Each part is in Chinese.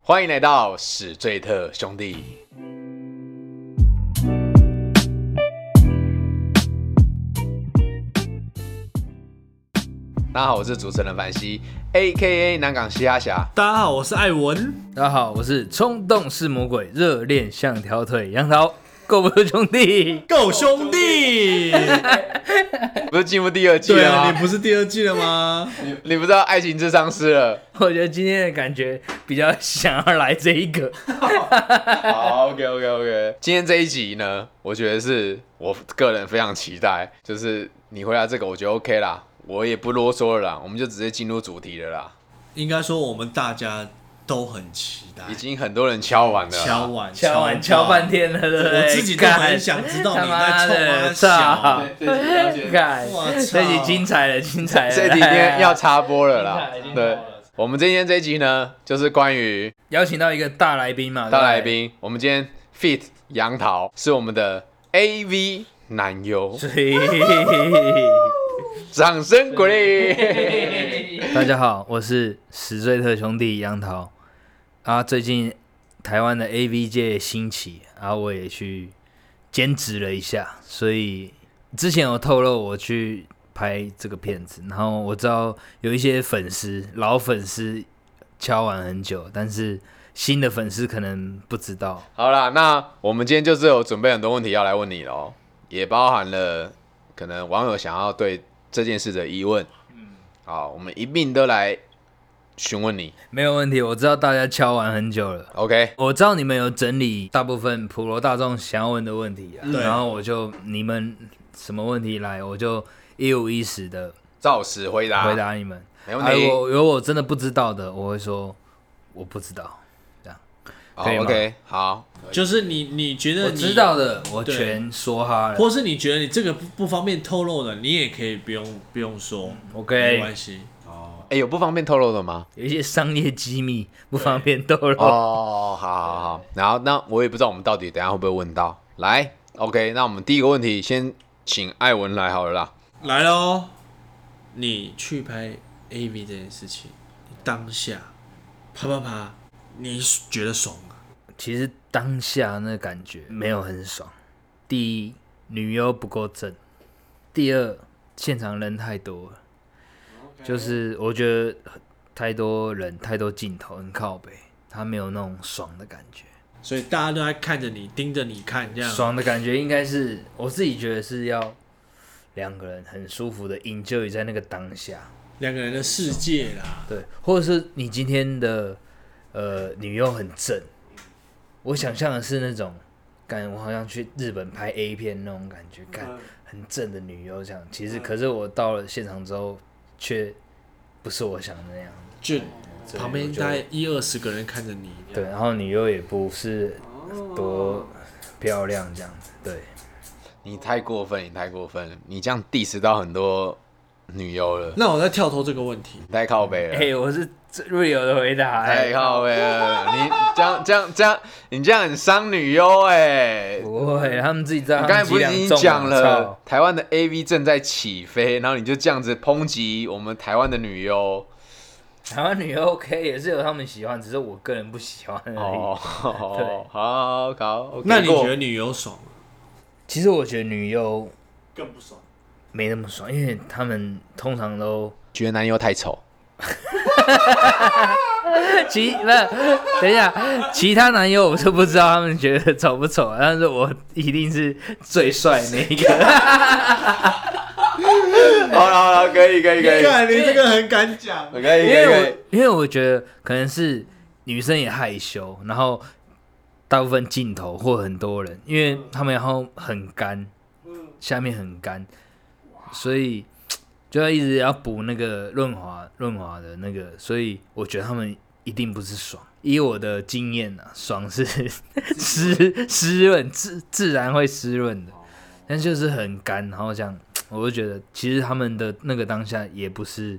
欢迎来到史最特兄弟。大家好，我是主持人凡西，A K A 南港嘻哈侠。大家好，我是艾文。大家好，我是冲动是魔鬼，热恋像条腿，杨桃够不够兄弟？ 够兄 弟，啊不是进入第二季对了啊，吗你？不是第二季了吗？ 你你不知道爱情智商师了？我觉得今天的感觉比较想要来这一 个， 好，OK OK OK。今天这一集呢，我觉得是我个人非常期待，就是你回答这个，我觉得 OK 啦，我也不啰嗦了啦，我们就直接进入主题了啦。应该说我们大家都很期待已，经很多人敲完了啦，敲完敲完敲半，天了，对不对？我自己都干很想知道他你妈在的，冲啊 操小。对对对对干哇操这集精彩了，精彩 了！这几来来天来要插播了啦 精彩精。彩对，我们今天这一集呢，就是关于 邀请到一个大来宾嘛，大来对宾。我们今天 Fit 杨桃是我们的 AV 男优，不 对，掌声鼓 励。所以大家好，我是史最特兄弟杨桃啊。最近台湾的 AV 界兴起，啊，我也去兼职了一下，所以之前有透露我去拍这个片子，然后我知道有一些粉丝老粉丝敲完很久，但是新的粉丝可能不知道，好啦，那我们今天就是有准备很多问题要来问你喽，也包含了可能网友想要对这件事的疑问。好，我们一并都来询问你。没有问题，我知道大家敲完很久了。 OK，我知道你们有整理大部分普罗大众想要问的问题啊，嗯对然后我就你们什么问题来，我就一五一十的照实回啊答。回。答你们。没问啊题。我如果我真的不知道的，我会说我不知道。好可以吗 OK，好。就是你你觉得我你知道，的，我对全说哈了。或是你觉得你这个不不方便透露的，你也可以不用不用说，没 OK，关系。哎、有不方便透露的吗？有一些商业机密不方便透露。哦，好好好，然后那我也不知道我们到底等一下会不会问到。来，OK，那我们第一个问题先请艾文来好了啦。来喽，你去拍 AV 这件事情，当下啪啪啪，你觉得爽吗？其实当下那感觉没有很爽。第一，女优不够正；第二，现场人太多了就是我觉得太多人、太多镜头很靠北，他没有那种爽的感觉。所以大家都在看着你，盯着你看，这样爽的感觉应该是我自己觉得是要两个人很舒服的 enjoy 在那个当下。两个人的世界啦。对，或者是你今天的呃女优很正，我想象的是那种，感我好像去日本拍 A 片那种感觉，感很正的女优这样。其实可是我到了现场之后，却不是我想的那样。就所以旁边我就大概一二十个人看着你，对，然后女优也不是哦多漂亮这样子，对，你太过分，你太过分了，你这样 diss 到很多女优了，那我再跳脱这个问题，你太靠北哎、了。我是最 real 的回答、太哎，靠北了，你这样这样这样，你这样很伤女优哎、不会，他们自己知道我他刚才们不几是两已经重啊讲了操，台湾的 A V 正在起飞，然后你就这样子抨击我们台湾的女优台湾女优 OK 也是有他们喜欢，只是我个人不喜欢而已。哦，好好好，那你过觉得女友爽吗？其实我觉得女优更不爽。没那么爽，因为他们通常都 觉得男优太丑？其不是等一下，其他男优我是不知道他们觉得丑不丑，啊但是我一定是最帅那一个。好了好了，可以可以可以，看你这个很敢讲，可以可以因可以为。我因为我觉得可能是女生也害羞，然后大部分镜头或很多人，因为他们然后很干，下面很干，所以就要一直要补那个润滑润滑的那个，所以我觉得他们一定不是爽。以我的经验啊，爽是 湿湿润自自然会湿润的，但就是很干，然后这样，我就觉得其实他们的那个当下也不是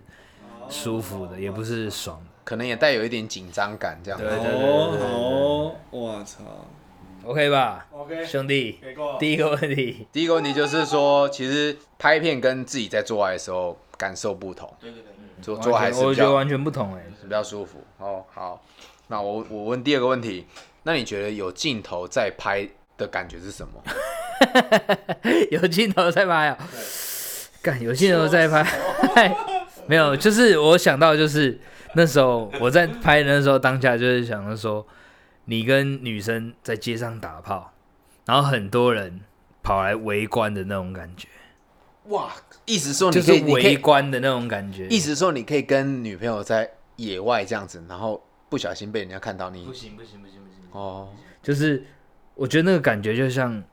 舒服哦的，也不是爽的。可能也带有一点紧张感这样。对对哦，好哦，我操 OK 吧， ，OK，兄弟，给过第一个问题，第一个问题就是说，其实拍片跟自己在做爱的时候感受不同。对对对。做完做还全是我比觉得较完全不同哎、比较舒服。哦，好，那我我问第二个问题，那你觉得有镜头在拍的感觉是什么？ 有镜头在拍啊，干有镜头在拍， 没有，就是我想到就是那时候我在拍的那时候，当下就是想着说，你跟女生在街上打炮，然后很多人跑来围观的那种感觉，哇，意思说就哦你是可以，你可围以，观的那种感觉，意思说你可以跟女朋友在野外这样子，然后不小心被人家看到不你。行不行不行不行，哦，就是我觉得那个感觉就像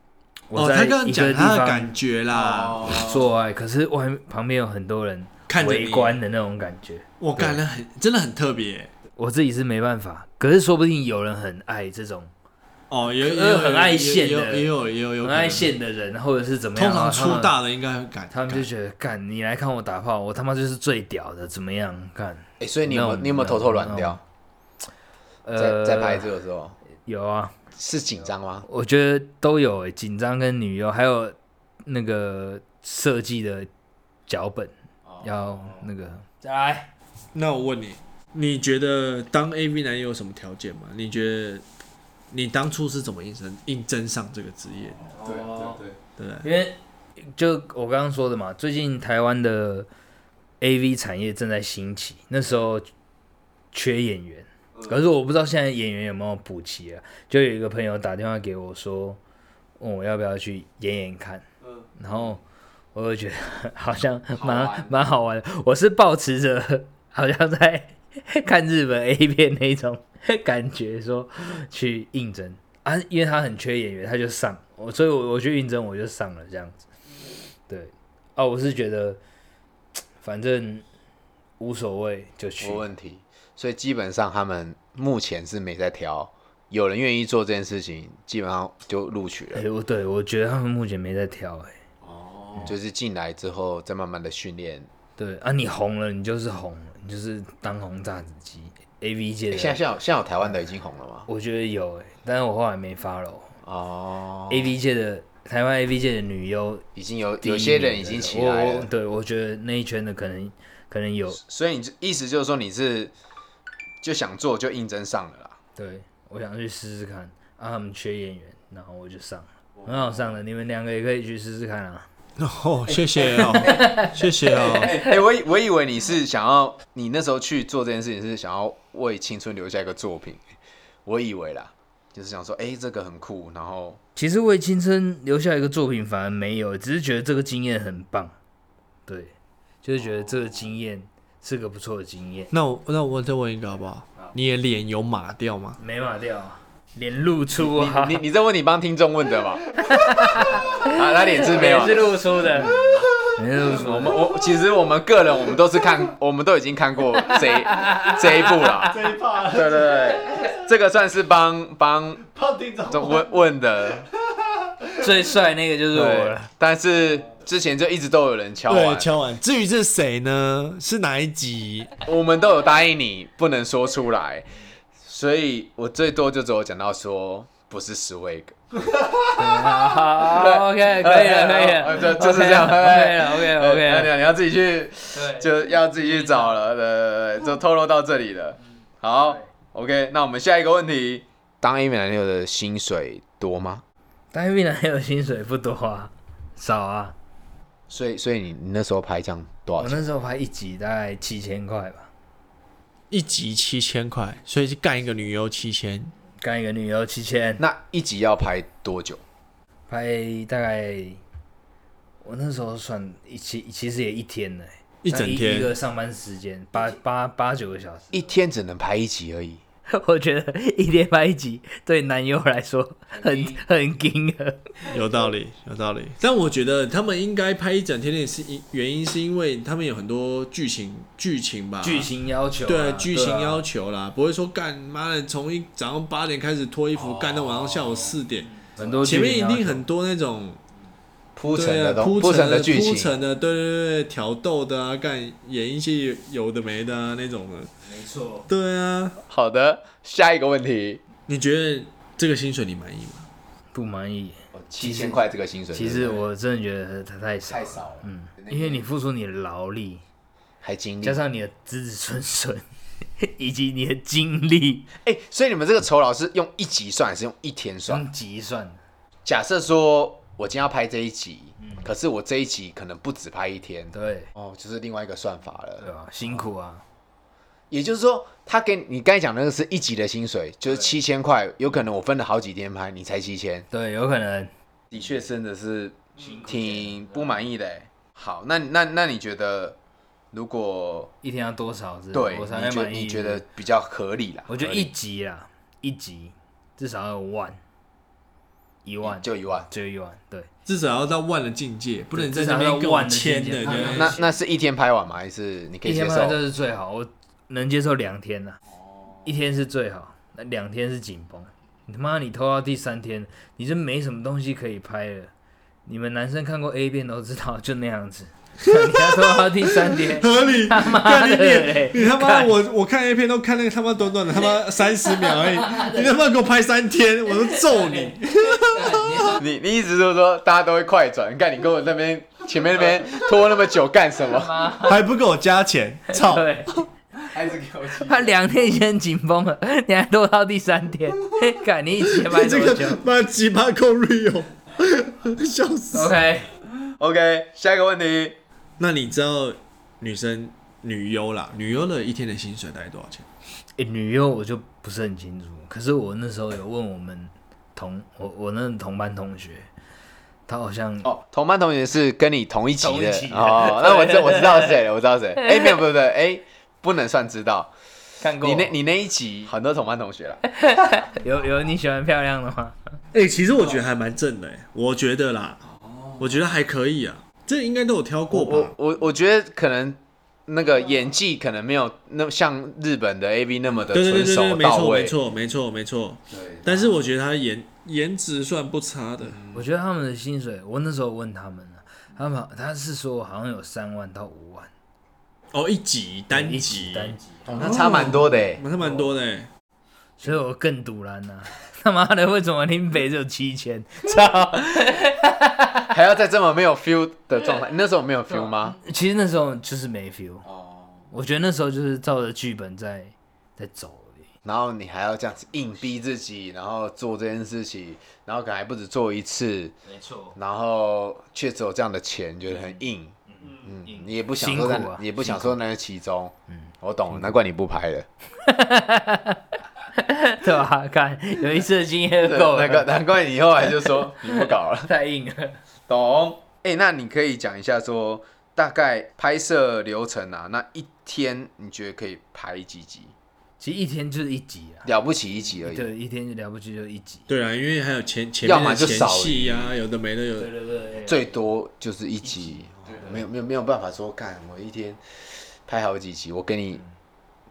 我哦，在他一刚刚个地讲他的方哦感觉啦，做爱，可是外面旁边有很多人看着你围观的那种感觉。我感觉很真的很特别我自己是没办法，可是说不定有人很爱这种哦，也也呃有很爱现也的有也有也有有很可爱能，现的人，或者是怎么通样，常然后他出们，大的应该会感，他们就感觉得干你来看我打炮，我他妈就是最屌的，怎么样？干，哎、所以你有没有那种你有没有头头软掉？在呃，在拍这个时候有啊，是紧张吗？我觉得都有欸紧张跟女优，还有那个设计的脚本哦要那个再来，那我问你，你觉得当 AV 男优有什么条件吗？你觉得你当初是怎么应征应征上这个职业的？对对对不对？因为就我刚刚说的嘛，最近台湾的 A V 产业正在兴起，那时候缺演员，嗯可是我不知道现在演员有没有补齐啊。就有一个朋友打电话给我说，问我要不要去演演看，然后我就觉得 好像嗯好玩蛮蛮好玩的。我是抱持着 好像在 看日本 A 片那种感觉说去应征啊，因为他很缺演员，他就上我，所以我我去应征我就上了这样子。对，啊，我是觉得反正无所谓就去没。问题。所以基本上他们目前是没在挑，有人愿意做这件事情，基本上就录取了 哎、。我对我觉得他们目前没在挑哎、哦就是进来之后再慢慢的训练。对啊，你红了，你就是红了，你就是当红炸子鸡，A V 界诶的，现在现在有现在有台湾的已经红了吗？我觉得有哎、但是我后来没 follow、哦， A V 界的台湾 A V 界的女优，已经有有些人已经起来我我了。哦对，我觉得那一圈的可能可能有，所以你就意思就是说你是就想做就应征上了啦。对我想去试试看啊，他们缺演员，然后我就上了，很好上的，你们两个也可以去试试看啊。 哦，谢谢 哦，谢谢哦。哎、我以我以为你是想要你那时候去做这件事情是想要为青春留下一个作品，我以为啦，就是想说哎、这个很酷，然后其实为青春留下一个作品反而没有，只是觉得这个经验很棒，对，就是觉得这个经验是个不错的经验，那我那我再问一个好不好？你的脸有码掉吗？没码掉啊，脸露出啊，你你这问题帮听众问的吧？ 啊，他脸是没有啊脸是。露出的，没露出我们我其实我们个人我们都是看，我们都已经看过这一 这一部了。最怕了，对对对，这个算是帮帮胖丁总这问问的，最帅那个就是我对了，。但是之前就一直都有人敲完，敲完。至于是谁呢？是哪一集？我们都有答应你不能说出来，所以我最多就只有讲到说不是十位个。啊 好，OK，可哎以了，可以呃了，就就是这 样，OK 了，OK 了呃你，OK 了，要你要自己去对就要自己去找了，对对对，就透露到这里了。好，OK，那我们下一个问题，当 A 美男六的薪水多吗？当兵男友薪水不多啊，少啊，所以所以你你那时候拍这样多我少钱？那时候拍一集大概七千块吧，一集七千块，所以是干一个女优七千。干一个女优七千。那一集要拍多久？拍大概，我那时候算一其其实也一天呢、欸，一整但天一个上班时间八八八九个小时， 一天只能拍一集而已。我觉得一天拍一集对男优来说很很惊的，有道理，有道理。但我觉得他们应该拍一整天的是因原因，是因为他们有很多剧情剧情吧，剧情要求啊、对剧情要求，求啦，不会说干妈的从一早上八点开始脱衣服，干到晚上下午四点，很多前面剧一情定要求很多那种铺陈对啊的东，铺陈的剧铺情，陈的，对对对，挑逗的啊，干演一些有的没的啊那种的，没错，对啊，好的，下一个问题，你觉得这个薪水你满意吗？不满意。哦七千块这个薪水，其实我真的觉得他太少，太少了，嗯，因为你付出你的劳力，还经历加。上你的子子孙孙， 以及你的经历，哎、所以你们这个酬劳是用一集算还是用一天算？用集算的，假设说我今天要拍这一集，可是我这一集可能不止拍一天，嗯对哦，就是另外一个算法对了。吧、辛苦啊，也就是说，他给你你刚才讲那个是一集的薪水，就是七千块，有可能我分了好几天拍，你才七千，对，有可能的确真的是挺不满意的欸。好，那那那你觉得，如果一天要多少是？对我你才会觉得满意。你觉得？比较合理啦？我觉得合理一集啦，一集至少要有万，一万就一万，只有一万，对，至少要到万的境界，不能在至少那边要到跟我万的签境的。界对那那是一天拍完吗？还是你可一以接天受半这是最好，我能接受两天呐、哦一天是最好，那两天是紧绷。你他妈你拖到第三天，你就没什么东西可以拍了。你们男生看过 A 片都知道，就那 样子。你要拖到第三天，合理， 他妈 干的哎你脸！嘞你他妈我我看 A 片都看那个他妈短短的他 妈三十秒而已，你他妈给我拍三天，我都揍你！你你一直都说大家都会快转，你看你跟我那边前面那边拖那么久干什么？还不给我加钱，操！ 对，还是给我钱？他两天已经很紧绷了，你还拖到第三天，干你一集拍你这多久个妈鸡巴够 real，笑死！ ？OK， OK，下一个问题，那你知道女生女优啦，女优的一天的薪水大概多少钱？欸女优我就不是很清楚，可是我那时候有问我们同我我那同班同学，他好像哦，同班同学是跟你同一级同的一级的哦，那我知我知道谁了，我知道谁。哎、没有，不对，哎、不能算知道。看你那你那一集很多同班同学了，有有你喜欢漂亮的吗？哎、其实我觉得还蛮正的、欸，我觉得啦，哦我觉得还可以啊，这应该都有挑我过我吧？我我觉得可能那个演技可能没有那像日本的 AV 那么的对对对纯对对，熟没到错位。没错没错没错。对但是我觉得他颜颜值算不差的，嗯我觉得他们的薪水，我那时候问他们了、啊他们好他是说好像有三万到五万哦，一集单一集，单集，哦那差蛮多的哎。那蛮多的、欸。所以我更堵然呐、他妈的，为什么林北只有七千？操！还要在这么没有 feel 的状态，你那时候没有 feel 吗？其实那时候就是没 feel，哦，我觉得那时候就是照着剧本在在走而已。然后你还要这样子硬逼自己，然后做这件事情，然后可能还不止做一次，没错，然后却只有这样的钱，觉得很硬，嗯，你也不享受在辛苦啊也不享受那个其中，嗯，我懂了，难怪你不拍 了，对吧？看有一次的经验就够了，难怪难怪你后来就说你不搞了，太硬了。 懂？哎、那你可以讲一下说大概拍摄流程啊，那一天你觉得可以拍几集？其实一天就是一集啊，了不起一集而已，对，一天就了不起就一集。对啊，因为还有前前要面么的就前少戏呀、有的没的有的。对对，最多就是一集，没有没有没有办法说干我一天拍好几集，我给你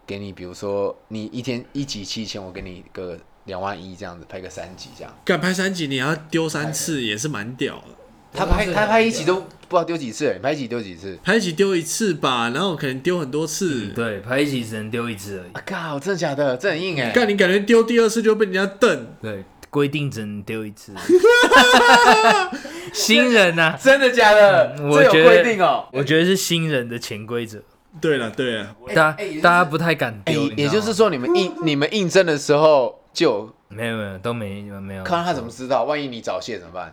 给你，比如说你一天一集七千，我给你个两万一这样子，拍个三集这样。敢拍三集，你要丢三次也是蛮屌的。他拍他拍一集都不知道丢几次，你欸拍一集丢几次？拍一集丢一次吧，然后可能丢很多次。嗯对，拍一集只能丢一次而已。啊靠，真的假的？这很硬哎、干你感觉丢第二次就被人家瞪，对，规定只能丢一次。 新人呐、真的假的？嗯我这觉有得规定哦、我觉得是新人的潜规则，对了对啊了，哎大家、哎也就是大家不太敢哎、丢、你知也道吗就是说你们应你们应征的时候就有没有没有都没没有看他怎么知道，嗯万一你早泄怎么办？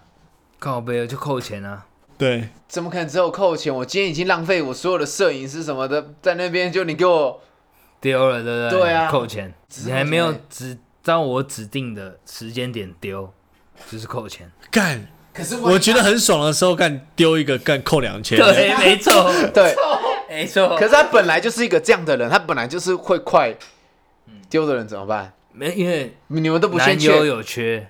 靠背就扣钱啊，对，怎么可能只有扣钱？我今天已经浪费我所有的摄影师什么的在那边，就你给我丢了对不对？对啊扣钱，只是你扣还没有钱指照我指定的时间点丢，就是扣钱。干，可是我觉得很爽的时候干丢一个干扣两千，对，没 错，对，没错。可是他本来就是一个这样的人，他本来就是会快丢的人，怎么办？没因为你们都不先男优缺有缺，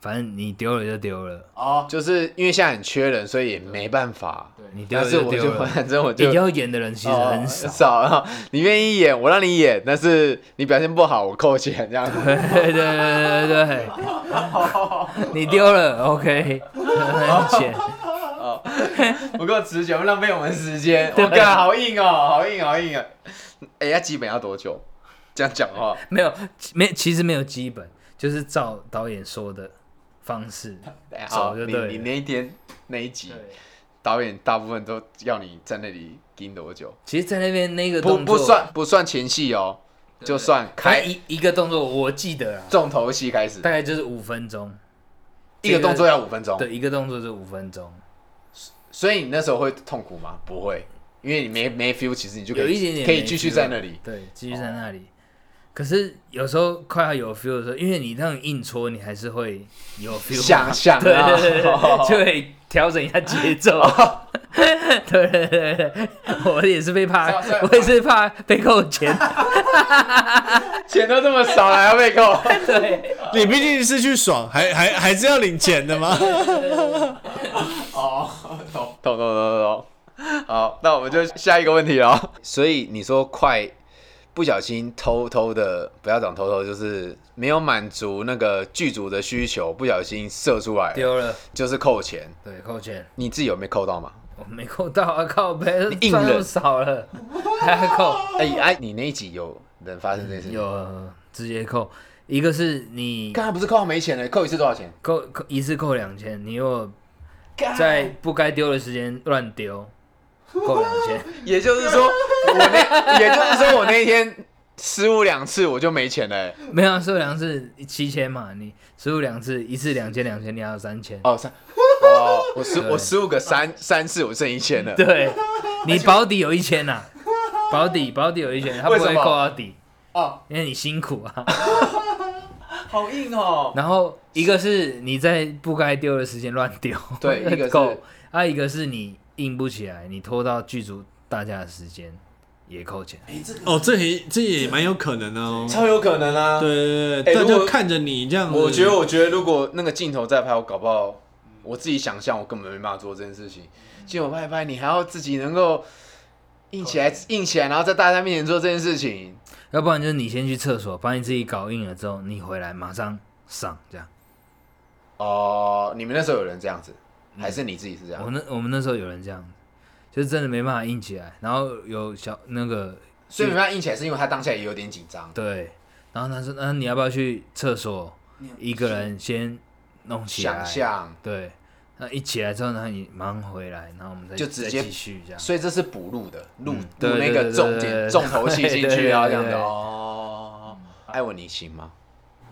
反正你丢了就丢了，哦，就是因为现在很缺人，所以也没办法。你丢但了是就我丢就了。反正我就你要演的人其实哦很少，少啊，你愿意演，我让你演，但是你表现不好，我扣钱这样子。对对对对对 对，你丢了 OK，钱不够持久，浪费我们时间。对我靠，好硬哦，好硬，好硬啊！哎，他基本要多久？这样讲话，没有没其实没有基本，就是照导演说的方式哎走好，就你对了你那一天那一集导演大部分都要你在那里盯多久？其实，在那边那个不动作不算不算前戏哦，就算开开一一个动作，我记得啊，重头戏开始，大概就是五分钟，一个动作要五分钟。对，一个动作是五分钟，所以你那时候会痛苦吗？不会，因为你没没 feel，其实你就可以有一点点可没以继续 feel 在那里。哦对，继续在那里。可是有时候快要有 feel 的时候，因为你那样硬戳，你还是会有 feel，想嘛 想啊对对对对，就会调整一下节奏。哦对对对对，我也是被怕所以所以，我也是怕被扣 钱。钱都这么少了，还要被 扣？对，你毕竟是去爽，还还还是要领钱的吗？哦，懂懂懂懂懂。好，那我们就下一个问题了。 所以你说快不小心偷偷的，不要讲偷偷，就是没有满足那个剧组的需求，不小心射出来了，丢了，就是扣钱。对，扣钱。你自己有没有扣到吗？我没扣到啊，靠背硬赚那么忍少了，还要扣。哎、哎、你那一集有人发生这件事情？有呃直接扣，一个是你刚才不是扣到没钱了，扣一次多少钱？扣扣一次扣两千，你如果在不该丢的时间乱丢，扣两千。也就是 说，我那也就是说我那天失误两次，我就没钱了、欸没有十五两次七千嘛，你十五两次，一次两千，两千你还有 三千。哦，三哦，我失对我失误个三三次，我剩一千了。对，你保底有一千呐、保底保底有一千，他不为什会么扣到底，哦，因为你辛苦啊。好硬哦。然后一个是你在不该丢的时间乱丢， 对一个是扣，啊，一个是你硬不起来，你拖到剧组大家的时间也扣钱。哦，这也这也蛮有可能的哦。超有可能啊！对对哎对，大如家果看着你这样子，我觉得，我觉得如果那个镜头再拍，我搞不好我自己想象，我根本没办法做这件事情。镜头拍一拍，你还要自己能够硬起来，硬起来，然后在大家面前做这件事情。要不然就是你先去厕所，把你自己搞硬了之后，你回来马上上这样。哦，你们那时候有人这样子，还是你自己是这样嗯我？那我们那时候有人这样，就是真的没办法硬起来，然后有小那个所以没办法硬起来，是因为他当下也有点紧张。对，啊然后他说，那你要不要去厕所一个人先弄起来？想象，对，那一起来之后，然后你马上回来，然后我们再就直再接继续这样。所以这是补录的，录录啊嗯对对那个对重对点对重头戏进去啊，对对这对样对的对哦。艾文，你行吗？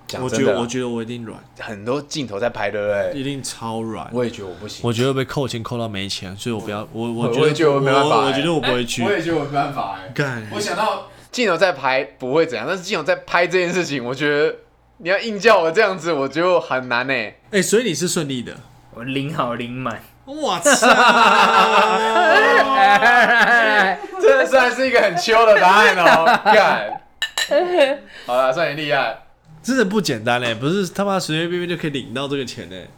讲我真觉得的啊我，觉得我一定软，很多镜头在拍，对不对？一定超软。我也觉得我不行，我觉得被扣钱扣到没钱，所以我不要，我我我我也觉觉得得我没办法我哎我觉得我不会去。也觉得我没办法哎。干，想到镜头在拍不会怎样，但是镜头在拍这件事情，我觉得你要硬叫我这样子，我觉得很难哎。哎，所以你是顺利的。我领好领满，哇塞！这算是一个很秋的答案哦，干。好了，算你厉害。真的不简单嘞，不是他妈随随便便就可以领到这个钱嘞。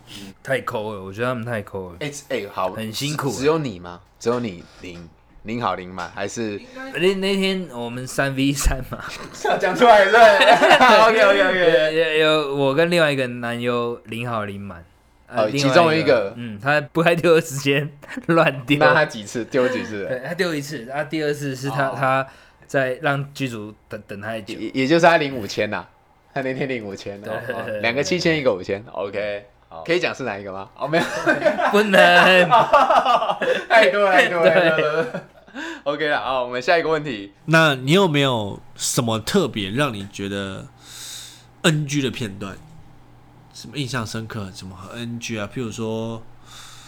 太抠了，我觉得他们太抠了。哎哎，好，很辛苦只只有你吗？只有你零零好零满，还是那那天我们三 v 三嘛讲出来对？OK OK OK。有有我跟另外一个男优领好领满，啊哦另其外中一一个嗯，他不该丢的时间乱丢，那他几次丢几次？对他丢一次，啊，第二次是他、哦他在让剧组等等太久，也也就是他领五千呐，他那天领五千，哦对哦两个七千，一个五千，OK。好可以讲是哪一个吗？哦，没有，不能太多了太多了对太多了。OK 了，好，我们下一个问题。那你有没有什么特别让你觉得 NG 的片段？什么印象深刻？什么很 NG 啊？譬如说，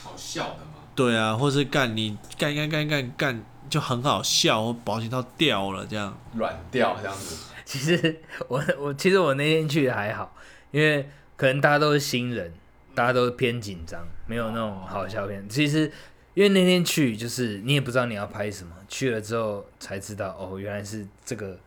好笑的吗？对啊，或是干你干干干干干就很好笑，或保险套掉了这样。软掉这样子。 其实我我其实我那天去还好，因为可能大家都是新人，大家都偏紧张，没有那种好笑片。其实因为那天去就是你也不知道你要拍什么，去了之后才知道哦，原来是这个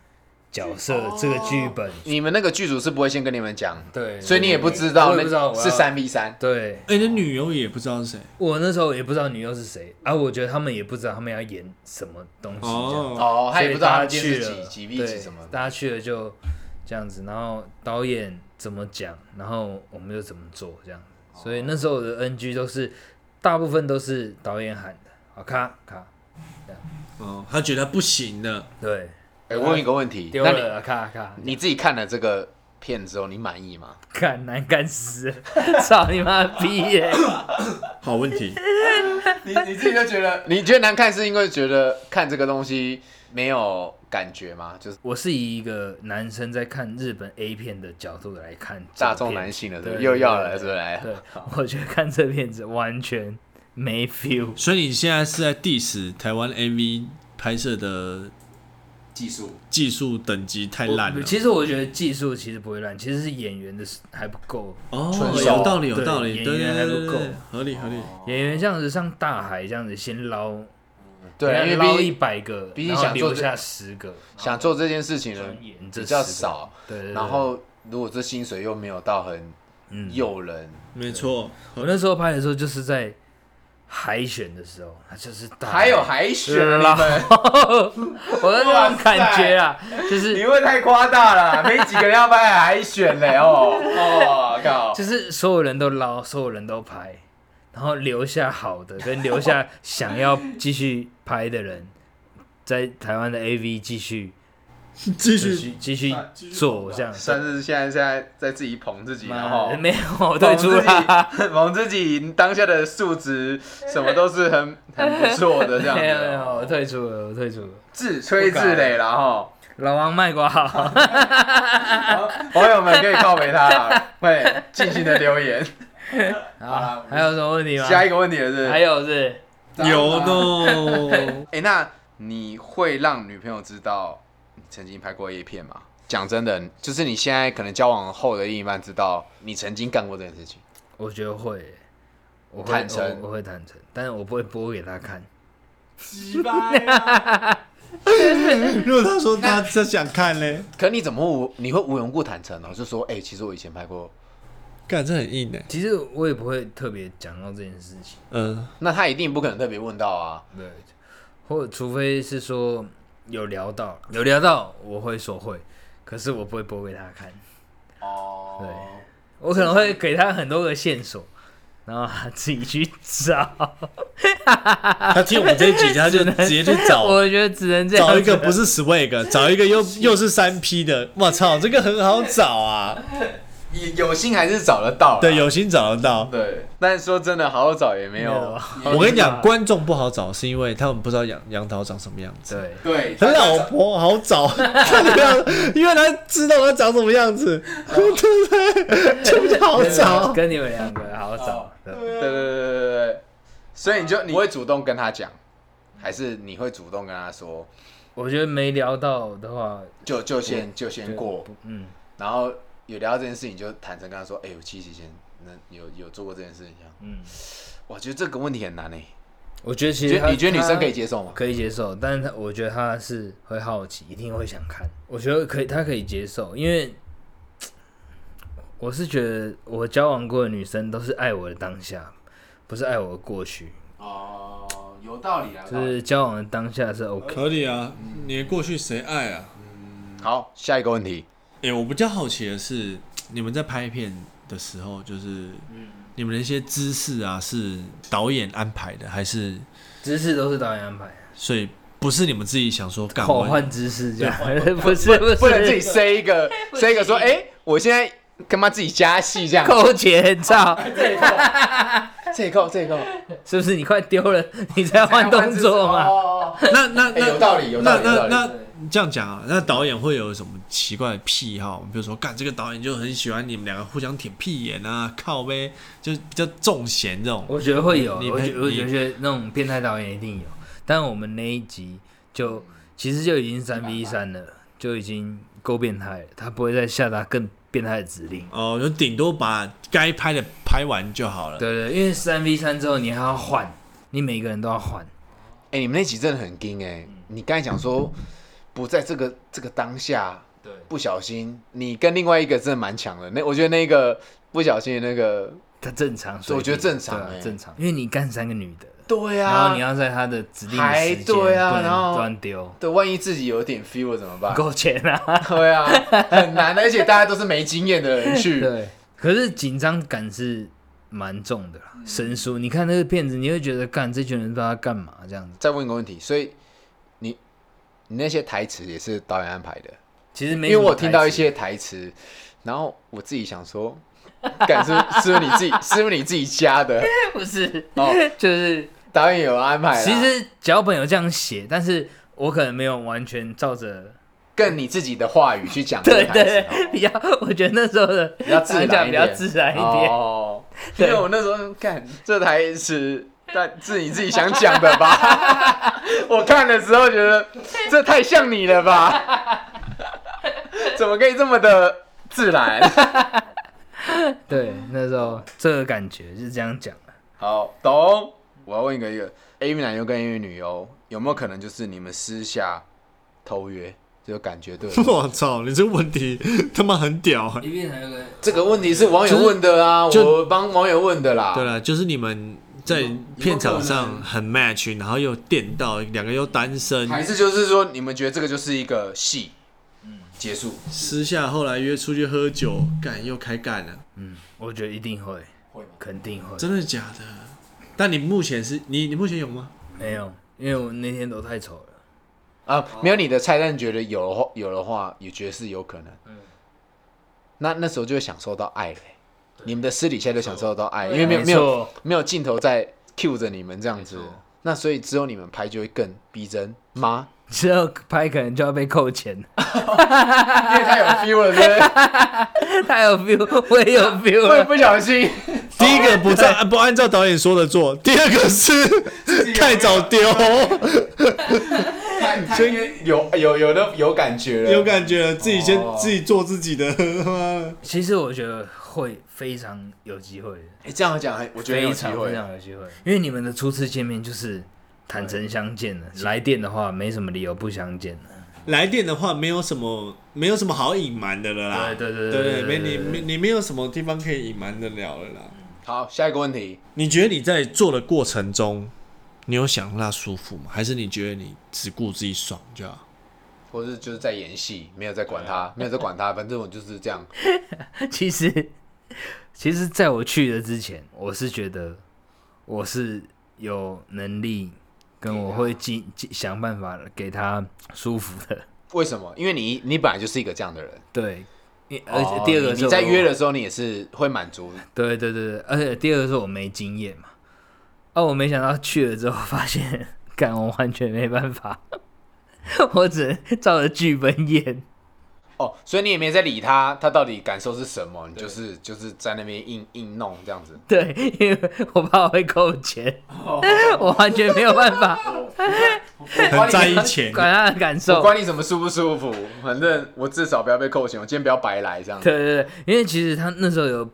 角色、这个剧本。你们那个剧组是不会先跟你们讲，对，所以你也不知我道也那不知道我要是。三 v 三。对哎、那女优也不知道是谁我那时候也不知道女优是谁啊，我觉得他们也不知道他们要演什么东西这样。哦，哦，他所也以不知道大他们家今天去是了，几几 v 几什么对，大家去了就这样子，然后导演怎么讲，然后我们就怎么做这样哦子。所以那时候我的 NG 都是大部分都是导演喊的，好咔咔，哦，他觉得不行的，对，哎，我问一个问题，丢那你了咔 咔，你自己看了这个片之后，你满意吗？ 干难干死了，操你妈逼耶！ 好问题。 你你自己就觉得，你觉得难看是因为觉得看这个东西没有感觉吗？就是我是以一个男生在看日本 A 片的角度来看这大众片男性了，对对不对？对又要对了，是不是？对， 我觉得看这片子完全没 feel。 所以你现在是在 diss 台湾 AV 拍摄的技术技术等级太烂我了。其实我觉得技术其实不会烂，其实是演员的还不够。哦纯，熟有道理，有对道理，演对对员对还不对够对，合理合理。演员这样子上大海这样子先捞，对啊，因为捞毕一竟百个，毕竟然后想做留这下十个，想做这件事情的然后人钻研这比较10个少，，对对对。然后如果这薪水又没有到很嗯，诱人，没错，我那时候拍的时候就是在海选的时候，就是大海还有海选是啦啦，我的那种感觉啊，就你是会太夸大了， 没几个人要拍海选嘞哦， 哦靠，就是所有人都捞，所有人都拍，然后留下好的，跟留下想要继续拍的人，在台湾的 AV 继续继继续续继续继续做这样子。算是现在现在在自己捧自己，然后妈的没有，我退出啊啦。了，捧自己 当下的数值什么都是很很不错的这样 没有没有，我子，退出了，我退出了。自吹自擂然后老王卖瓜好，网友们可以靠北他 啦，快点尽情的留言。好， 还有什么问题吗？下一个问题了是还有是有的。哎、那你会让女朋友知道你曾经拍过 A 片吗？讲真的，就是你现在可能交往后的另一半知道你曾经干过这件事情，我觉得会耶，我会坦诚我，我会坦诚，但是我不会播给他看。如果他说他他想看嘞，可你怎么无你会无缘无故坦诚呢、就说哎、其实我以前拍过，干这很硬哎。其实我也不会特别讲到这件事情，嗯，那他一定不可能特别问到啊。对，或除非是说有聊到，有聊到我会说会，可是我不会播给他看，哦对我可能会给他很多个线索。然后他自己去找，他听我们这一集，他就直接去找我觉得只能这样子。找一个不是 swag，找一个又又是三 P 的，我操，这个很好找啊。有有心还是找得到啦。对，有心找得到。对，但是说真的，好好找也没没有有。啊我跟你讲，观众不好找，是因为他们不知道杨杨桃长什么样子。对，对，他老婆好找， 看那个样，因为他知道他长什么样子，哦 对不对？就比较好啊找。跟你们两个好找。对对对对对对对，所以你就你会主动跟他讲，还是你会主动跟他说，我觉得没聊到的话，就就先就先过，嗯，然后有聊到这件事情，就坦诚跟他说，哎、我七七先那有有做过这件事情，嗯嗯，我觉得这个问题很难诶、我觉得其你实觉他得你觉得女生可以他接受吗？可以接受，但是他我觉得他是会好奇，一定会想看。我觉得可以，他可以接受，因为我是觉得我交往过的女生都是爱我的当下，不是爱我的过去。哦、有道理啊就是交往的当下是 OK，合理啊，你的过去谁爱啊？好，下一个问题，哎、我比较好奇的是，你们在拍片的时候，就是嗯你们的一些姿势啊，是导演安排的，还是姿势都是导演安排，所以不是你们自己想说干换我？换姿势这样， 不是不是 不 能自己塞一个塞一个说，哎、我现在干嘛自己加戏 这样？扣钱照，这一扣，这一扣，这一扣，是不是？你快丢了，你才换动作嘛？哦那那那、 哎有道理有道理那有道那理那这样讲啊，那导演会有什么奇怪的癖好？比如说，干这个导演就很喜欢你们两个互相舔屁眼啊，靠呗，就是比较重咸这种。我觉得会有，你我觉你我觉得那种变态导演一定有，但我们那一集就其实就已经三 v 三了，就已经够变态了，他不会再下达更变态的指令。哦，就顶多把该拍的拍完就好了。 对对，因为三 v 三之后你还要换，你每个人都要换，哎、你们那集真的很硬哎、你刚才讲说不在这个这个当下，对不小心，你跟另外一个真的蛮强的。那我觉得那个不小心的那个，他正常水平，我觉得正常对啊欸正常，因为你干三个女的，对然后你啊，要在他的指定的还时间对啊不然后能乱丢，对，万一自己有点 feel 了怎么办？够钱啊。 对啊，很难的，而且大家都是没经验的人去。 对，嗯可是紧张感是蛮重的嗯啦，生疏。你看那个片子，你会觉得干这群人不知道他干嘛这样子。再问一个问题，所以你你那些台词也是导演安排的，其实没因什为么我听到台一词，些台词，然后我自己想说， 感是不是是不是你自己是不是你自己加的？哎不是，哦就是导演有安排啦，其实脚本有这样写，但是我可能没有完全 照着。更你自己的话语去讲这对个台词对哦，比较，我觉得那时候的比较自然一点，比较自然一点。 哦，因对为我那时候看这台词，但是你自己想讲的吧？ 我看的时候觉得这太像你了吧？ 怎么可以这么的自然？对，那时候这个感觉是这样讲的。好，懂。我要问一个一个 A V 男优跟 A V 女优有没有可能就是你们私下偷约，就感觉对了？ 我操，你这个问题他妈很屌、 啊。一边还有个这个问题是网友就是问的啊，就我帮网友问的啦。对了，就是你们在片场上很 match，然后又电到，两个又单身，还是就是说，你们觉得这个就是一个戏，结束私下后来约出去喝酒，干又开干了，嗯，我觉得一定会，会吗肯定会。真的假的？但你目前是你你目前有吗？没有，因为我那天都太丑了。啊？没有你的菜单，觉得有的话，有的话也觉得是有可能。那那时候就会享受到爱嘞、你们的私底下就享受到爱，因为没有没有错，没有镜头在 cue 着你们这样子没错，那所以只有你们拍就会更逼真吗？之后拍可能就要被扣钱。 因为太有 feel 了，对不他有 feel，我 也有 对？feel 会了。不小心第一个不照不按照导演说的做，第二个是太早丢，真有有有的有感觉了，有感觉了，自己先哦自己做自己的， 其实我觉得会非常有机会的，哎，这样讲还我觉得有非机常非会，常有机会，因为你们的初次见面就是坦诚相见的，来电的话没什么理由不相见的。 来电的话，没有什么没有什么好隐瞒的了啦。对对对对对，没你没你没有什么地方可以隐瞒得了了啦。好，下一个问题，你觉得你在做的过程中，你有想让他舒服吗？还是你觉得你只顾自己爽就好？或是就是在演戏，没有在管他，没有在管他，反正我就是这样。其实，其实在我去的之前，我是觉得我是有能力，跟我会尽尽想办法给他舒服的。为什么？因为你你本来就是一个这样的人，对，因而且第二哦个你是你在我约的时候，你也是会满足对对对对，而且第二个是我没经验嘛。哦，我没想到去了之后发现， 干我完全没办法， 我只能照着剧本演。哦，所以你也没在理他，他到底感受是什么，你就是就是在那边硬硬弄这样子。对，因为我怕我会扣钱，哦 我完全没有办 法很在意 钱，管他的感我受。管你什么舒不舒服，反正我至少不要被扣钱，我今天不要白来这样。对对对，因为其实他那时候有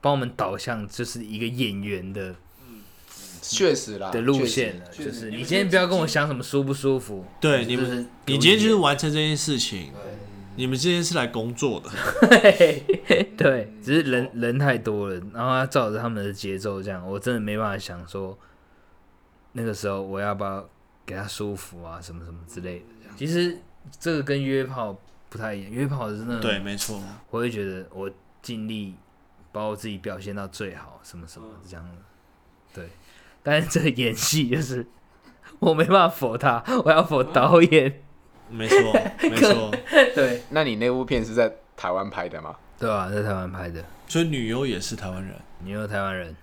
帮我们导向，就是一个演员的确实啦，的路啊确实线了，就是你今天不要跟我想什么舒不舒服。对你就是们，给我你今天就是演完成这件事情，你们今天是来工作的，对，只是人人太多了，然后要照着他们的节奏这样，我真的没办法想说，那个时候我要不要给他舒服啊，什么什么之类的这样。其实这个跟约炮不太一样，约炮真的，对，没错。我会觉得我尽力把我自己表现到最好，什么什么这样的。对，但是这个演戏就是 我没办法否他，我要否导演，没错，没错，对，那你那部片是在台湾拍的吗？对吧、在台湾拍的。所以女优也是台湾人，你又台湾人，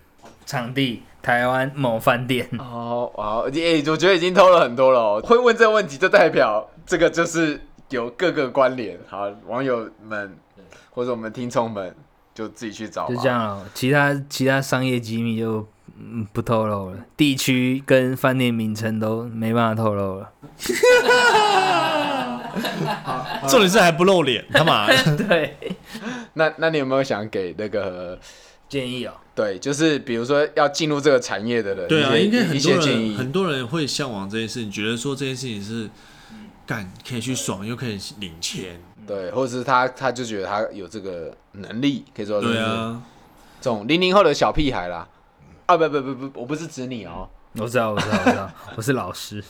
场地台湾某饭店，哦，好，诶、我觉得已经偷了很多了、哦。会问这个问题，就代表这个就是有各个关联。好，网友们或者我们听众们，就自己去找吧。就这样了。其他其他商业机密就嗯不透露了，地区跟饭店名称都没办法透露了。啊重点是还不露脸，他 妈的 对，那那你有没有想给那个建议哦，对，就是比如说要进入这个产业的人，对啊，一些应该很一多些建人议。很多人会向往这件事情，觉得说这件事情是嗯干可以去爽，又可以领钱。对，或者是他他就觉得他有这个能力，可以说对，啊，这种零零后的小屁孩啦。啊，不不不不，我不是指你哦。我知道，我知道，我知 道，我是老师。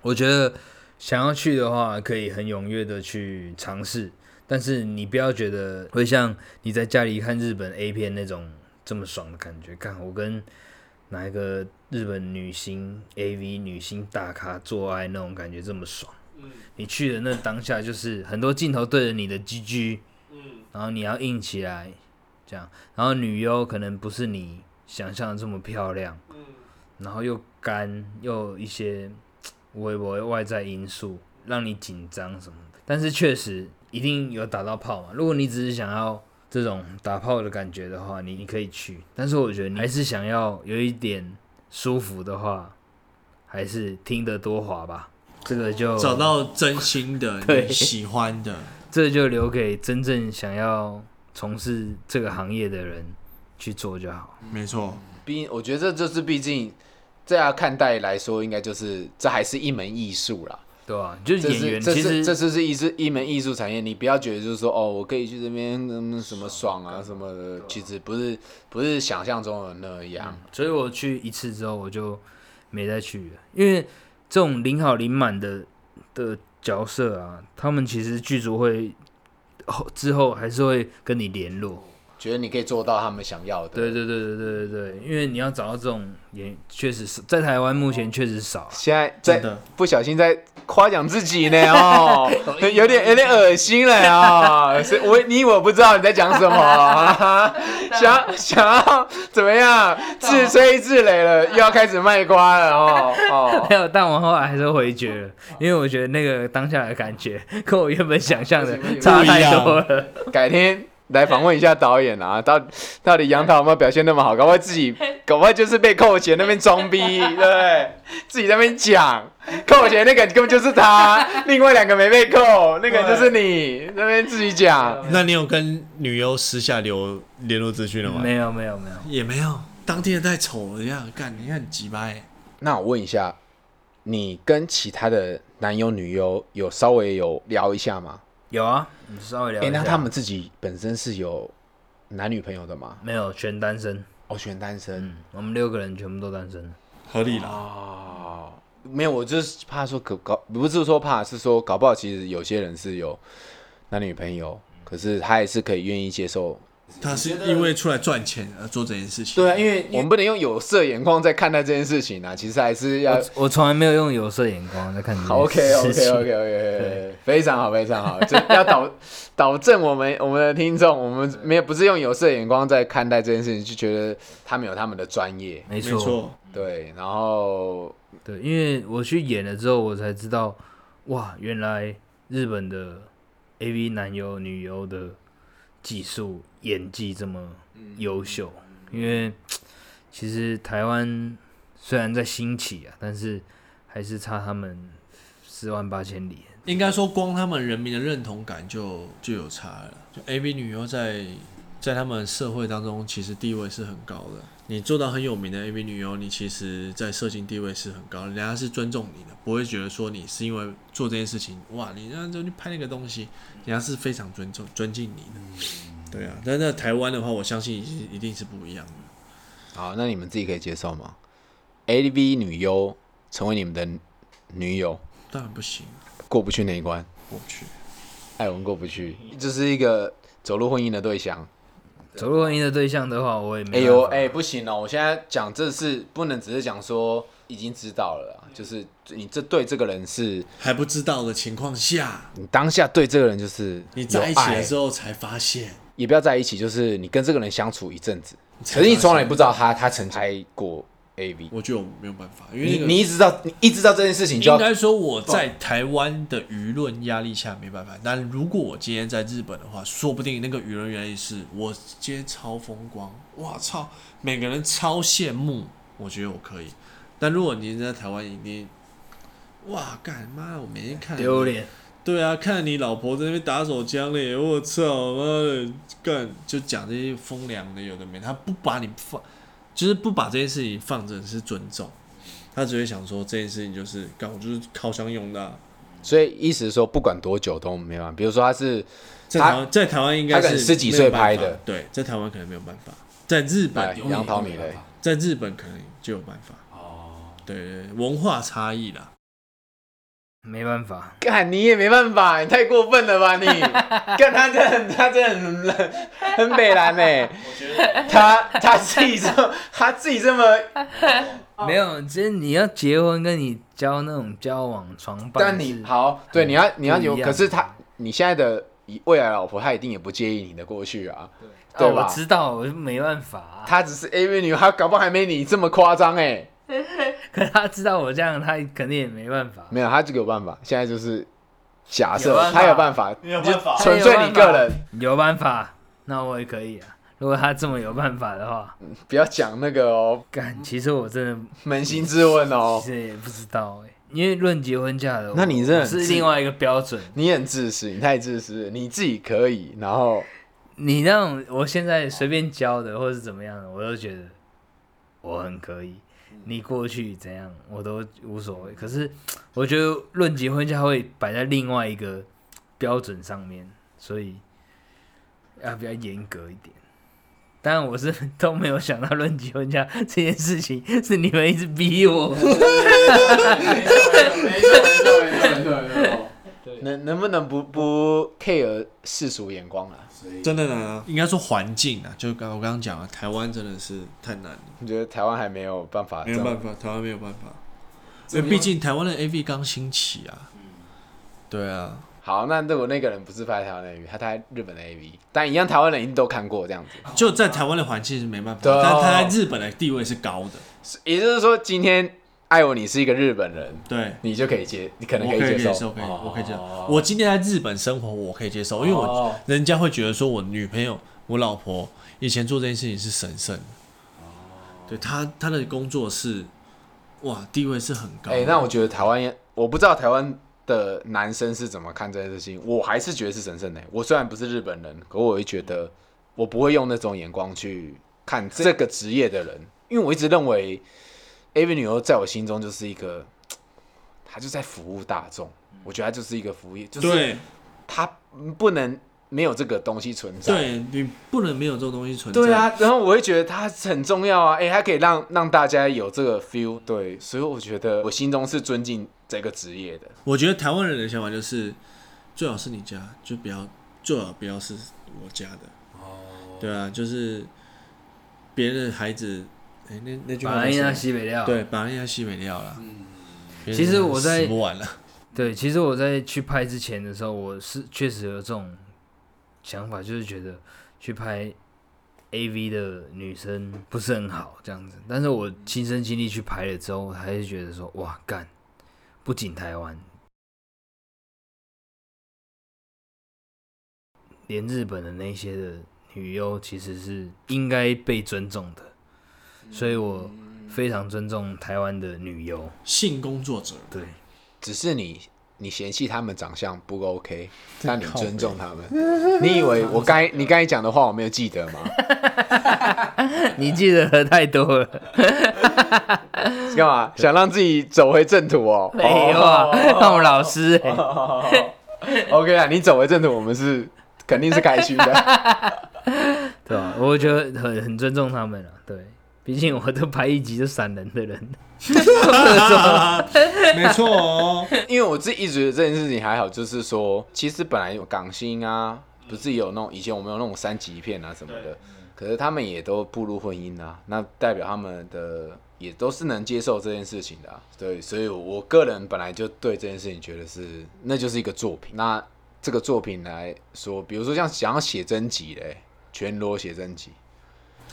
我觉得想要去的话，可以很踊跃的去尝试，但是你不要觉得会像你在家里看日本 A 片那种这么爽的感觉。看我跟哪一个日本女星 AV 女星大咖做爱那种感觉这么爽。你去的那当下就是很多镜头对着你的 GG，嗯然后你要硬起嗯来，这样，然后女优可能不是你想象的这么漂亮，然后又干又一些微博外在因素让你紧张什么的，但是确实一定有打到炮嘛。如果你只是想要这种打炮的感觉的话，你你可以去，但是我觉得你还是想要有一点舒服的话，还是听得多滑吧。这个就找到真 心的、对你喜欢的，这就留给真正想要从事这个行业的人去做就好。没错，毕，我觉得这就是毕竟这样看待来说，应该就是这还是一门艺术啦。对啊，就是这演是员，这其是这实是是一是一门艺术产业，你不要觉得就是说哦，我可以去这边、嗯、什么爽啊什么的，其实不是不是想象中的那样。嗯所以我去一次之后我就没再去了，因为这种领好领满的的角色啊，他们其实剧组会后之后还是会跟你联络。觉得你可以做到他们想要的，对对对对对对对，因为你要找到这种演，确实是在台湾目前确实少啊、现在真在的。不小心在夸奖自己呢哦，有点有点恶心了啊、哦！是我你以为我不知道你在讲什么、啊？想想要怎么样自吹自擂了，又要开始卖瓜了哦 哦！还有，但我后来还是回绝了，因为我觉得那个当下的感觉跟我原本想象的不行不行差太多了。改天来访问一下导演啊，到到底杨桃有没有表现那么好？搞不好自己，搞不好就是被扣钱那边装逼，对不对？自己在那边讲扣钱那个根本就是他，另外两个没被扣，那个就是你那边自己讲。那你有跟女优私下留联络资讯了吗？没有没有没有，也没有，当天的太丑了，这样干，你很鸡巴欸那我问一下，你跟其他的男优女优有稍微有聊一下吗？有啊，你稍微聊哎、一下。那他们自己本身是有男女朋友的吗？没有全单身，哦，选单身。嗯，我们六个人全部都单身。合理啦。哦，没有，我就是怕说搞搞，不是说怕，是说搞不好其实有些人是有男女朋友，可是他也是可以愿意接受。他是因为出来赚钱而做这件事情。对啊，因为我们不能用有色眼光在看待这件事情啊，其实还是要。我从来没有用有色眼光在看你。好 OK OK OK OK，, o k 非常好非常好， 就要导导正我们我们的听众，我们没有不是用有色眼光在看待这件事情，就觉得他们有他们的专业，没没错，错，对，然后对，因为我去演了之后，我才知道，哇，原来日本的 AV 男优、女优的技术、演技这么嗯优秀。因为其实台湾虽然在兴起啊，但是还是差他们四万八千里。啊应该说光他们人民的认同感就就有差了。就 AV 女优在在他们社会当中其实地位是很高的。你做到很有名的 AV 女优，你其实在社经地位是很高的，人家是尊重你的，不会觉得说你是因为做这件事情，哇，你那就去拍那个东西，人家是非常尊重尊敬你的。对啊，但在台湾的话，我相信一定是不一样的。好，那你们自己可以接受吗？AV 女优成为你们的女友，当然不行，过不去那一关，我去。艾文过不去，就是一个走入婚姻的对象。走入婚姻的对象的话，我也没哎办呦，法哎、不行哦，我现在讲这是不能只是讲说已经知道了啦，就是你这对这个人是还不知道的情况下，你当下对这个人就是你在一有起爱的时候才发现，也不要在一起，就是你跟这个人相处一阵子，才可是你发从来现不知道他他曾经拍过 AV，我觉得我没有办法，因为你那个你一直到你一直到这件事情就要应该说我在台湾的舆论压力下没办法，但如果我今天在日本的话，说不定那个舆论压力是我今天超风光，哇操，每个人超羡慕，我觉得我可以。但如果你在台湾，一定哇干妈，我每天看丢脸。对啊，看你老婆在那边打手枪嘞，我操妈的，干就讲这些风凉的有的没，他不把你放，就是不把这件事情放成是尊重，他只会想说这件事情就是干我就是靠箱用的啊、所以意思是说，不管多久都没办法。比如说他是在台湾在台湾应该他可是能十几没有岁办法拍的，对，在台湾可能没有办法，在日哎本有杨桃米嘞，在日本可能就有办法哦，对对对文化差异啦，没办法，干你也没办法，你太过分了 吧你！干他真的很他真的很很北蓝呢、他他自己这么他自己这么，哦没有，其实你要结婚跟你交那种交往床伴但是，你好对你要你要有，不一样可是他你现在的未来老婆，她一定也不介意你的过去啊，哦，对我吧？知道，我就没办法啊、她只是 AV 女，她搞不好还没你这么夸张哎。 可是他知道我这样，他肯定也没办法。没有，他这个有办法。现在就是假设有办法他有办法，你有办法纯粹你个人，有办法，那我也可以啊。如果他这么有办法的话，不要讲那个哦，干，其实我真扪心自问的哦其，实也不知道哎、因为论结婚嫁的，那你真的我是另外一个标准。你很自私，你太自私了，你自己可以，然后你那种我现在随便教的，或是怎么样的，我都觉得我很可以。你过去怎样，我都无所谓。可是我觉得论结婚嫁会摆在另外一个标准上面，所以要比较严格一点。当然，我是都没有想到论结婚嫁这件事情是你们一直逼我。没错没错没错没错没错。能能不能不不 care 世俗眼光啊？真的难啊！应该说环境啊，就刚我刚刚讲了，台湾真的是太难了，我觉得台湾还没有办法没这有么办法，台湾没有办法，因为毕竟台湾的 AV 刚兴起啊。嗯对啊，好。那如果那个人不是拍台湾的 AV，他拍日本的 AV，但一样台湾人一定都看过这样子。就在台湾的环境是没办法，对哦但他在日本的地位是高的，也就是说，今天艾文你是一个日本人，对。你就可以接，你可能我以可以接接受，受，可以，我可以接受哦。我今天在日本生活，我可以接受，因为我哦人家会觉得说我女朋友、我老婆以前做这件事情是神圣的。哦对他，他的工作是哇，地位是很高的。哎、那我觉得台湾也，我不知道台湾的男生是怎么看这件事情，我还是觉得是神圣的。我虽然不是日本人，可我会觉得我不会用那种眼光去看这个职业的人，因为我一直认为 AV 女优在我心中就是一个，她就在服务大众，我觉得她就是一个服务业，就是对她不能没有这个东西存在。对，你不能没有这种东西存在。对，啊，然后我会觉得它很重要啊，哎、它可以让让大家有这个 feel，对，所以我觉得我心中是尊敬这个职业的。我觉得台湾人的想法就是，最好是你家，就不要最好不要是我家的。哦，对啊，就是别人的孩子，哎、那那句话马来是西什亚么西北料，对，把人家西北料了。嗯，其实我在死不完了。对，其实我在去拍之前的时候，我是确实有这种想法，就是觉得去拍 AV 的女生不是很好这样子。但是我亲身经历去拍了之后，我还是觉得说，哇，干，不仅台湾，连日本的那些的女优其实是应该被尊重的，所以我非常尊重台湾的女优。性工作 者，对，只是你你嫌弃他们长相不 OK，但你尊重他们。你以为我刚才你刚才讲的话我没有记得吗？你记得的太多了。是干嘛想让自己走回正途哦？废话， 让我老师、欸。 OK 啊，你走回正途，我们是肯定是开心的。对吧、我觉得很很尊重他们啊，对，毕竟我都拍一集就闪人的人，没错哦。因为我自己一直觉得这件事情还好，就是说，其实本来有港星啊，不是有那种以前我们有那种三级片啊什么的，可是他们也都步入婚姻啊，那代表他们的也都是能接受这件事情的、啊，对，所以我个人本来就对这件事情觉得是那就是一个作品。那这个作品来说，比如说像想要写真集嘞，全裸写真集，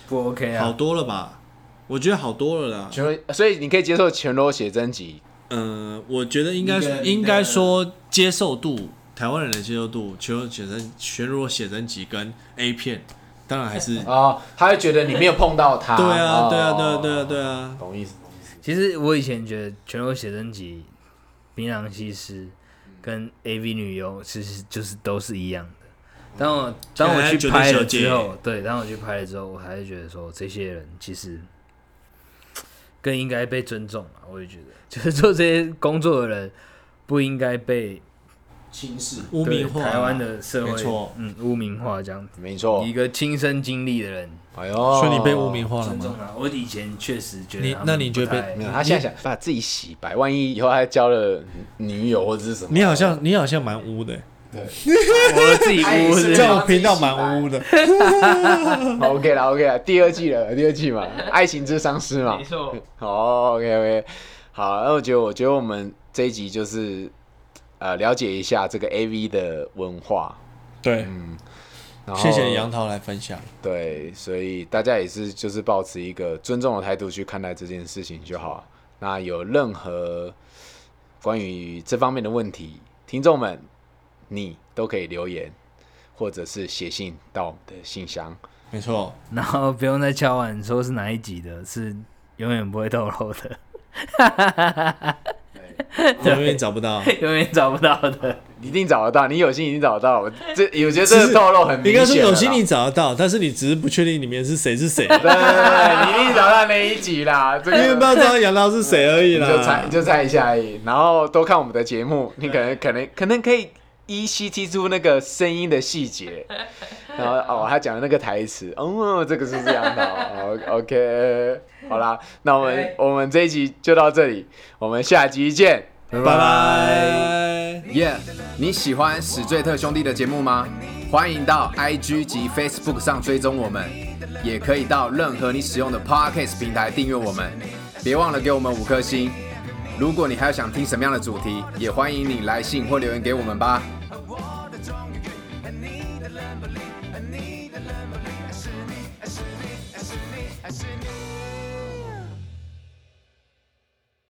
不 OK 好啊？多了吧？我觉得好多了啦。全裸，所以你可以接受全裸写真集，嗯、我觉得应该你的应该说接受度，台湾人的接受度，全写真全裸写真集跟 A 片，当然还是对哦，他会觉得你没有碰到他，啊，哦对啊，对啊，对啊，，对啊。懂意思。其实我以前觉得全裸写真集、槟榔西施跟 AV 女优其实就是都是一样的。当我当我去拍了之后，对，当我去拍了之后，我还是觉得说这些人其实更应该被尊重啊。我也觉得，就是做这些工作的人不应该被轻视，污名化对啊，台湾的社会，没错嗯，污名化这样子。没错一，个亲身经历的人，哎呦，所以你被污名化了尊重吗？他。我以前确实觉得你他们那你觉得不太没有，他嗯啊现在想把自己洗白，万一以后他交了女友或者是什么，你好像你好像蛮污的，欸我自己对污哎是这种频道蛮 污的。 OK 啦 OK 啦，第二季了，第二季 嘛，爱情之丧尸嘛，错，哦 OK OK，好，那我觉得我觉得我们这一集就是呃了解一下这个 AV 的文化，对，然后谢谢杨桃来分享。对，所以大家也是就是保持一个尊重的态度去看待这件事情就好。那有任何关于这方面的问题，听众们你都可以留言，或者是写信到我们的信箱。没哦错，然后不用再敲碗说是哪一集的，是永远不会透露的， 永远找不 到。永远找不到的。一定找得到，你有心一定找得 到。我这有些只这是个透露很明应显，该说有心你，找得到，但是你只是不确定里面是谁 是谁，对对对，你一定找到那一集啦。这因为不个知道杨桃是谁而已你啦。就猜你就猜一下而已，然后多看我们的节目，你可能可能可能可以依稀听出那个声音的细 节。然后哦，他讲的那个台词，哦，这个是这样的 哦。哦 OK，好啦，那我们 OK 我们这一集就到这里，我们下集见。拜拜拜。耶你喜欢史最特兄弟的节目吗？欢迎到 IG 及 Facebook 上追踪我们，也可以到任何你使用的 Podcast 平台订阅我们。别忘了给我们五颗星。如果你还有想听什么样的主题，也欢迎你来信或留言给我们吧。还是你，还是你，还是你，还是你。